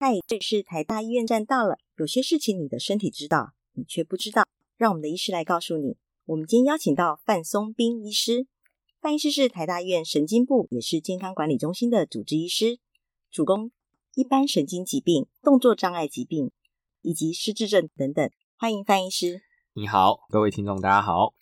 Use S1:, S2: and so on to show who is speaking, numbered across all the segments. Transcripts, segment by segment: S1: 嗨，哎这里是台大医院站到了。有些事情你的身体知道，你却不知道，让我们的医师来告诉你。我们今天邀请到范松斌医师，范医师是台大医院神经部，也是健康管理中心的主治医师，主攻一般神经疾病、动作障碍疾病以及失智症等等。欢迎范医师。
S2: 你好，各位听众，大家好。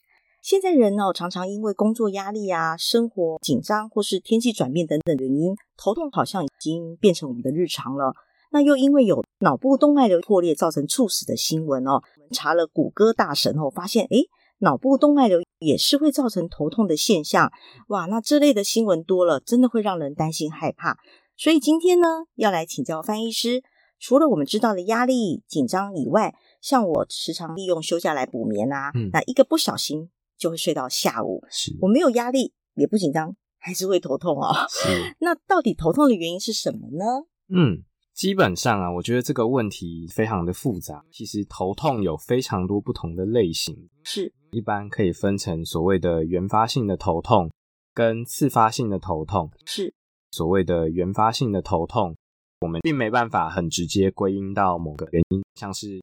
S1: 现在人哦，常常因为工作压力啊、生活紧张或是天气转变等等原因，头痛好像已经变成我们的日常了。那又因为有脑部动脉瘤破裂造成猝死的新闻哦，我们查了谷歌大神后发现，诶，脑部动脉瘤也是会造成头痛的现象。哇，那这类的新闻多了，真的会让人担心害怕。所以今天呢，要来请教翻译师，除了我们知道的压力、紧张以外，像我时常利用休假来补眠啊，
S2: 嗯
S1: 那一个不小心就会睡到下午。
S2: 是
S1: 我没有压力，也不紧张，还是会头痛哦。
S2: 是，
S1: 那到底头痛的原因是什么呢？
S2: 嗯，基本上啊，我觉得这个问题非常的复杂。其实头痛有非常多不同的类型，
S1: 是
S2: 一般可以分成所谓的原发性的头痛跟次发性的头痛。
S1: 是，
S2: 所谓的原发性的头痛，我们并没办法很直接归因到某个原因，像是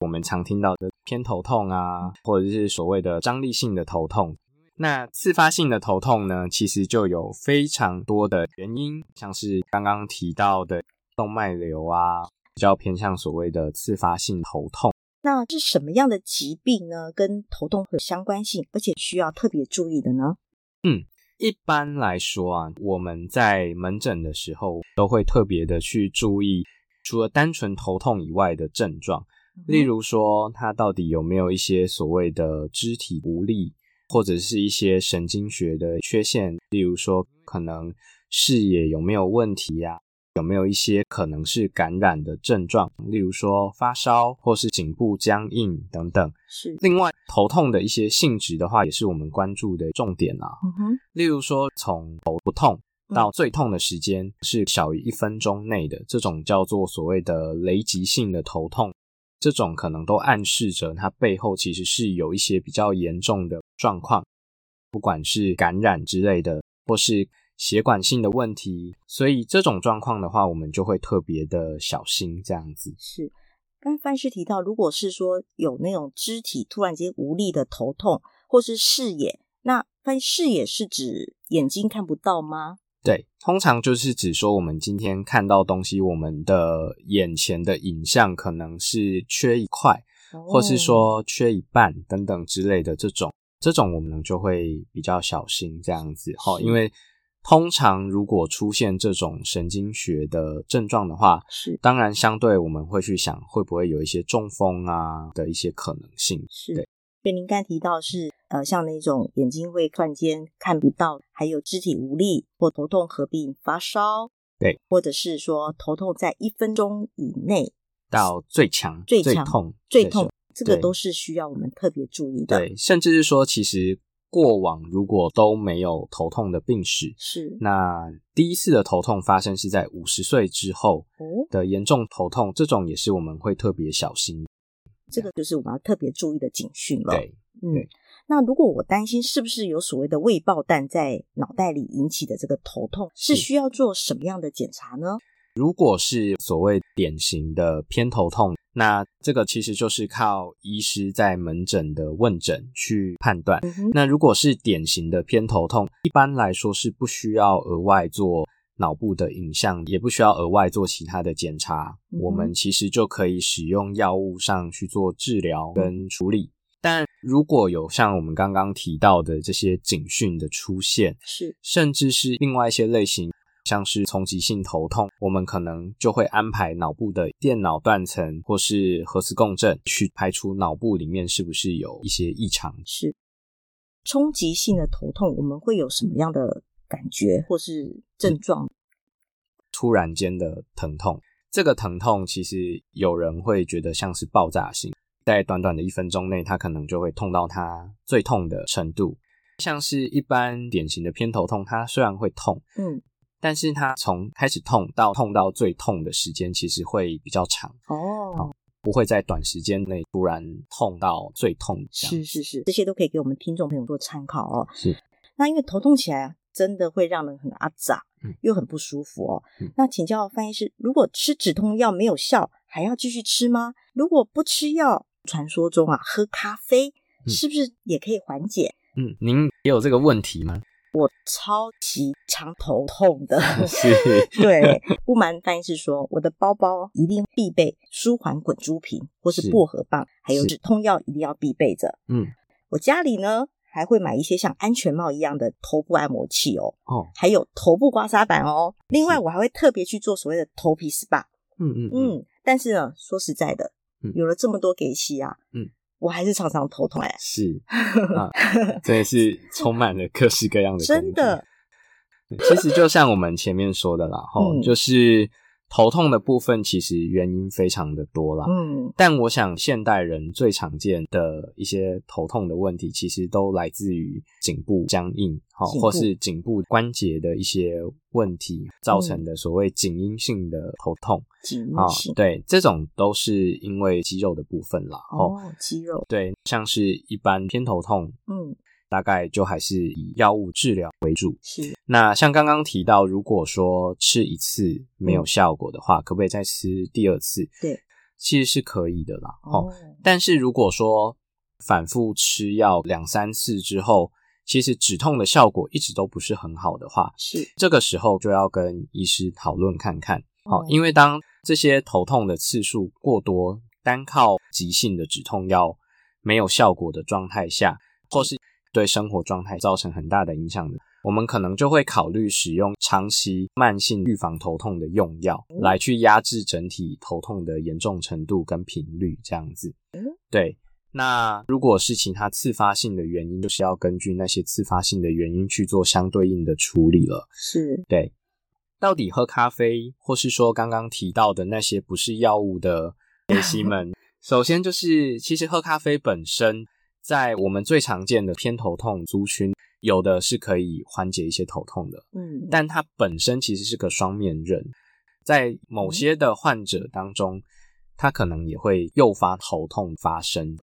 S2: 我们常听到的偏头痛啊，或者是所谓的张力性的头痛。那次发性的头痛呢，其实就有非常多的原因，像是刚刚提到的动脉瘤啊，比较偏向所谓的次发性头痛。
S1: 那是什么样的疾病呢？跟头痛会有相关性，而且需要特别注意的呢？
S2: 一般来说啊，我们在门诊的时候都会特别的去注意，除了单纯头痛以外的症状，
S1: 嗯
S2: 例如说他到底有没有一些所谓的肢体无力，或者是一些神经学的缺陷，例如说可能视野有没有问题呀、有没有一些可能是感染的症状，例如说发烧或是颈部僵硬等等。
S1: 是，
S2: 另外，头痛的一些性质的话，也是我们关注的重点啦、
S1: 嗯哼，
S2: 例如说，从头不痛到最痛的时间是小于一分钟内的，这种叫做所谓的雷击性的头痛，这种可能都暗示着它背后其实是有一些比较严重的状况，不管是感染之类的，或是血管性的问题。所以这种状况的话，我们就会特别的小心这样子。
S1: 是。刚才范师提到，如果是说有那种肢体突然间无力的头痛，或是视野，那范视野是指眼睛看不到吗？
S2: 对，通常就是指说我们今天看到东西，我们的眼前的影像可能是缺一块。或是
S1: 哦
S2: 说缺一半等等之类的这种，这种我们就会比较小心这样子哈，
S1: 是
S2: 因为通常如果出现这种神经学的症状的话，
S1: 是
S2: 当然相对我们会去想会不会有一些中风啊的一些可能性，
S1: 是，
S2: 对
S1: 所以您刚才提到是呃，像那种眼睛会突然间看不到，还有肢体无力或头痛合并发烧，
S2: 对，
S1: 或者是说头痛在一分钟以内
S2: 到最强
S1: 最强
S2: 痛
S1: 最
S2: 的时
S1: 痛
S2: 候，
S1: 这个
S2: 对
S1: 都是需要我们特别注意的。，
S2: 对，甚至是说其实过往如果都没有头痛的病史，
S1: 是
S2: 那第一次的头痛发生是在五十岁之后
S1: 哦
S2: 的严重头痛，这种也是我们会特别小心。
S1: 这个就是我们要特别注意的警讯了。
S2: 对，
S1: 嗯
S2: 对，
S1: 那如果我担心是不是有所谓的未爆弹在脑袋里引起的这个头痛，是
S2: 是
S1: 需要做什么样的检查呢？
S2: 如果是所谓典型的偏头痛，那这个其实就是靠医师在门诊的问诊去判断。
S1: 嗯哼，
S2: 那如果是典型的偏头痛，一般来说是不需要额外做脑部的影像，也不需要额外做其他的检查，
S1: 嗯哼
S2: 我们其实就可以使用药物上去做治疗跟处理。但如果有像我们刚刚提到的这些警讯的出现，
S1: 是
S2: 甚至是另外一些类型，像是冲击性头痛，我们可能就会安排脑部的电脑断层或是核磁共振去排除脑部里面是不是有一些异常
S1: 是冲击性的头痛，我们会有什么样的感觉或是症状？
S2: 突然间的疼痛。这个疼痛其实有人会觉得像是爆炸性，在短短的一分钟内，他可能就会痛到他最痛的程度。像是一般典型的偏头痛，它虽然会痛，
S1: 嗯，
S2: 但是它从开始痛到痛到最痛的时间其实会比较长，
S1: 哦，
S2: 不会在短时间内突然痛到最痛这样。
S1: 是是是，这些都可以给我们听众朋友做参考哦。
S2: 是，
S1: 啊那因为头痛起来真的会让人很阿杂，
S2: 嗯
S1: 又很不舒服哦。
S2: 嗯
S1: 那请教翻译师，如果吃止痛药没有效，还要继续吃吗？如果不吃药，传说中啊，喝咖啡
S2: 嗯
S1: 是不是也可以缓解？
S2: 嗯，您也有这个问题 吗？
S1: 超级常头痛的，
S2: 是，
S1: 对，不瞒翻译师说，我的包包一定必备舒缓滚珠瓶，或是
S2: 是
S1: 薄荷棒，还有
S2: 是
S1: 止痛药一定要必备着。
S2: 嗯，
S1: 我家里呢还会买一些像安全帽一样的头部按摩器哦，
S2: 哦，
S1: 还有头部刮痧板哦。另外，我还会特别去做所谓的头皮 SPA。
S2: 嗯嗯嗯，
S1: 嗯，但是呢，说实在的
S2: 嗯，
S1: 有了这么多给戏啊，
S2: 嗯，
S1: 我还是常常头痛哎。
S2: 是啊，真的是充满了各式各样的，
S1: 真的。
S2: 其实就像我们前面说的啦，吼，
S1: 嗯
S2: 就是头痛的部分，其实原因非常的多啦。
S1: 嗯，
S2: 但我想，现代人最常见的一些头痛的问题，其实都来自于颈部僵硬，好，
S1: 颈部
S2: 或是颈部关节的一些问题造
S1: 嗯
S2: 成的所谓颈因性的头痛
S1: 紧
S2: 啊、
S1: 性
S2: 对，这种都是因为肌肉的部分啦。哦，
S1: 哦，肌肉，
S2: 对，像是一般偏头痛，
S1: 嗯，
S2: 大概就还是以药物治疗为主。
S1: 是，
S2: 那像刚刚提到，如果说吃一次没有效果的话，可不可以再吃第二次？
S1: 对，
S2: 其实是可以的啦。哦，
S1: 哦，
S2: 但是如果说反复吃药两三次之后，其实止痛的效果一直都不是很好的话，
S1: 是，
S2: 这个时候就要跟医师讨论看看。好、
S1: 哦
S2: 因为当这些头痛的次数过多，单靠急性的止痛药没有效果的状态下，或是对生活状态造成很大的影响的，我们可能就会考虑使用长期慢性预防头痛的用药，
S1: 嗯
S2: 来去压制整体头痛的严重程度跟频率，这样子
S1: 嗯。
S2: 对，那如果是其他自发性的原因，就是要根据那些自发性的原因去做相对应的处理了。
S1: 是，
S2: 对，到底喝咖啡，或是说刚刚提到的那些不是药物的 A C 们，首先就是其实喝咖啡本身，在我们最常见的偏头痛族群，有的是可以缓解一些头痛的，
S1: 嗯，
S2: 但它本身其实是个双面刃，在某些的患者当中，它可能也会诱发头痛发生。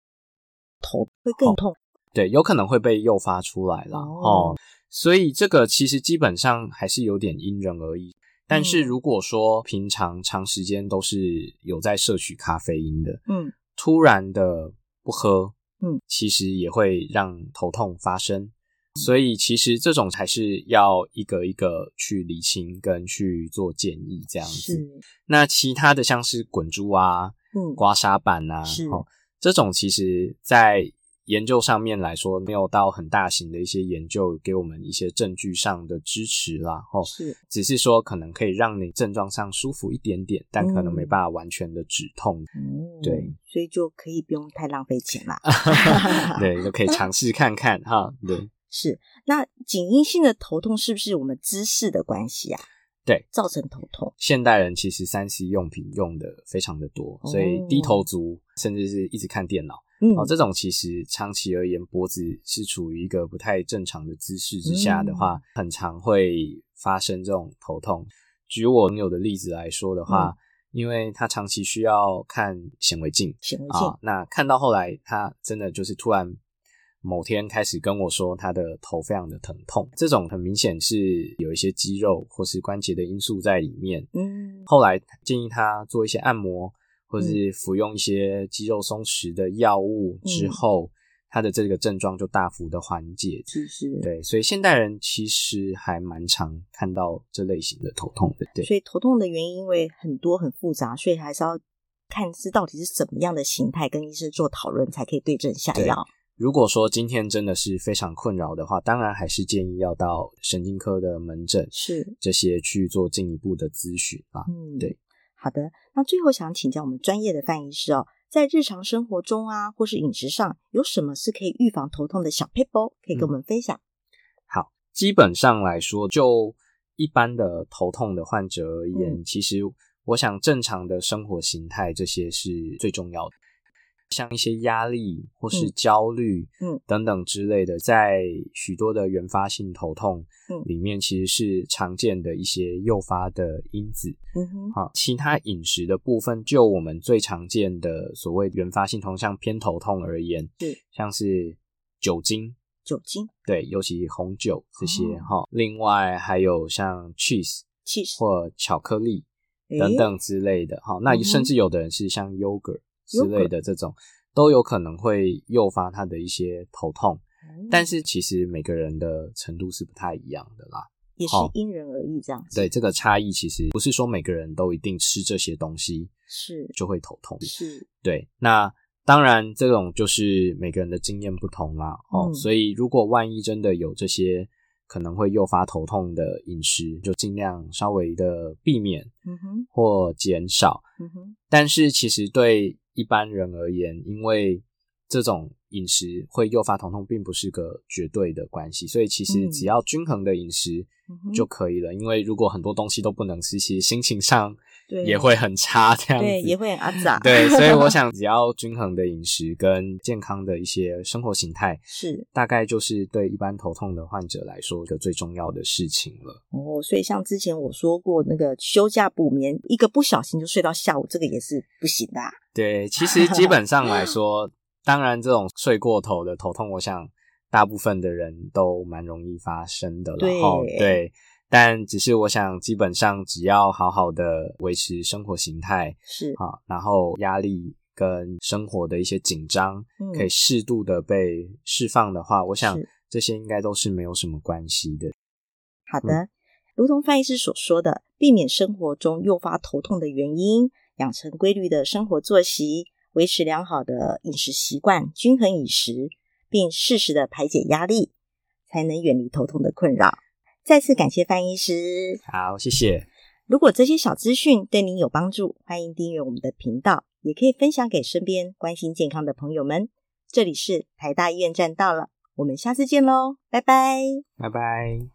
S1: 头会更痛。
S2: 对，有可能会被诱发出来啦。
S1: 哦
S2: 哦所以这个其实基本上还是有点因人而异。但
S1: 嗯
S2: 是如果说平常长时间都是有在摄取咖啡因的，
S1: 嗯，
S2: 突然的不喝，
S1: 嗯，
S2: 其实也会让头痛发生。所以其实这种才是要一个一个去理清跟去做建议这样子。
S1: 是，
S2: 那其他的像是滚珠啊、
S1: 嗯，
S2: 刮痧板啊，
S1: 是
S2: 哦，这种其实在研究上面来说，没有到很大型的一些研究给我们一些证据上的支持啦，哦，
S1: 是，
S2: 只是说可能可以让你症状上舒服一点点，但可能没办法完全的止痛，
S1: 嗯，
S2: 对，
S1: 所以就可以不用太浪费钱 啦。啊
S2: 对，就可以尝试看看哈，对。
S1: 是，那颈因性的头痛是不是我们姿势的关系啊？
S2: 对，
S1: 造成头痛。
S2: 现代人其实三 C 用品用的非常的多，所以
S1: 哦
S2: 低头族甚至是一直看电脑。
S1: 嗯，
S2: 哦，这种其实长期而言，脖子是处于一个不太正常的姿势之下的话，很常会发生这种头痛。举我朋友的例子来说的话，因为他长期需要看显微镜
S1: 显微
S2: 啊、
S1: 镜
S2: 那看到后来，他真的就是突然某天开始跟我说，他的头非常的疼痛，这种很明显是有一些肌肉或是关节的因素在里面。
S1: 嗯，
S2: 后来建议他做一些按摩，或是服用一些肌肉松弛的药物之后，他的这个症状就大幅的缓解。
S1: 姿势。
S2: 对，所以现代人其实还蛮常看到这类型的头痛的。对，
S1: 所以头痛的原因因为很多很复杂，所以还是要看是到底是怎么样的形态，跟医生做讨论才可以对症下
S2: 对
S1: 药。
S2: 如果说今天真的是非常困扰的话，当然还是建议要到神经科的门诊
S1: 是，
S2: 这些去做进一步的咨询啊。
S1: 嗯，
S2: 对。
S1: 好的，那最后想请教我们专业的范医师哦，在日常生活中啊，或是饮食上，有什么是可以预防头痛的小 p a p e 可以
S2: 嗯
S1: 跟我们分享？
S2: 好，基本上来说，就一般的头痛的患者而言，
S1: 嗯
S2: 其实我想正常的生活形态这些是最重要的。像一些压力或是
S1: 嗯
S2: 焦虑，
S1: 嗯
S2: 等等之类的，在许多的原发性头痛
S1: 嗯
S2: 里面，其实是常见的一些诱发的因子。
S1: 嗯哼，
S2: 好，其他饮食的部分，就我们最常见的所谓原发性头痛，像偏头痛而言，
S1: 是
S2: 像是酒精、
S1: 酒精、
S2: 对，尤其红酒这些
S1: 哦
S2: 哈、另外还有像 cheese
S1: 气势
S2: 或巧克力
S1: 诶
S2: 等等之类的哈、
S1: 嗯
S2: 那
S1: 哼
S2: 甚至有的人是像 yogurt 之类的这种，都有可能会诱发他的一些头痛。
S1: 嗯
S2: 但是其实每个人的程度是不太一样的啦。
S1: 哎也是
S2: 哦
S1: 因人而异这样子。
S2: 对，这个差异其实不是说每个人都一定吃这些东西
S1: 是
S2: 就会头痛。
S1: 是，
S2: 对，那当然这种就是每个人的经验不同啦。哦，
S1: 嗯
S2: 所以如果万一真的有这些可能会诱发头痛的饮食，就尽量稍微的避免
S1: 嗯哼，
S2: 或减少。
S1: 嗯哼，
S2: 但是其实对一般人而言，因为这种饮食会诱发头痛，并不是个绝对的关系，所以其实
S1: 嗯
S2: 只要均衡的饮食
S1: 嗯哼
S2: 就可以了。因为如果很多东西都不能吃，其实心情上
S1: 对
S2: 也会很差，这样子
S1: 对，也会很阿杂。
S2: 对，所以我想，只要均衡的饮食跟健康的一些生活形态，
S1: 是
S2: 大概就是对一般头痛的患者来说一个最重要的事情了。
S1: 哦，所以像之前我说过，那个休假补眠，一个不小心就睡到下午，这个也是不行的啊、
S2: 对，其实基本上来说，当然这种睡过头的头痛，我想大部分的人都蛮容易发生的了。
S1: 对
S2: 后对，但只是我想，基本上只要好好的维持生活形态
S1: 是，
S2: 啊，然后压力跟生活的一些紧张，
S1: 嗯，
S2: 可以适度的被释放的话，我想
S1: 是
S2: 这些应该都是没有什么关系的。
S1: 好的，如同范医师所说的，避免生活中诱发头痛的原因，养成规律的生活作息，维持良好的饮食习惯，均衡饮食，并适时的排解压力，才能远离头痛的困扰。再次感谢范医师。
S2: 好，谢
S1: 嗯
S2: 谢，
S1: 如果这些小资讯对您有帮助，欢迎订阅我们的频道，也可以分享给身边关心健康的朋友们。这里是台大医院站到了，我们下次见喽，拜拜。
S2: 拜拜。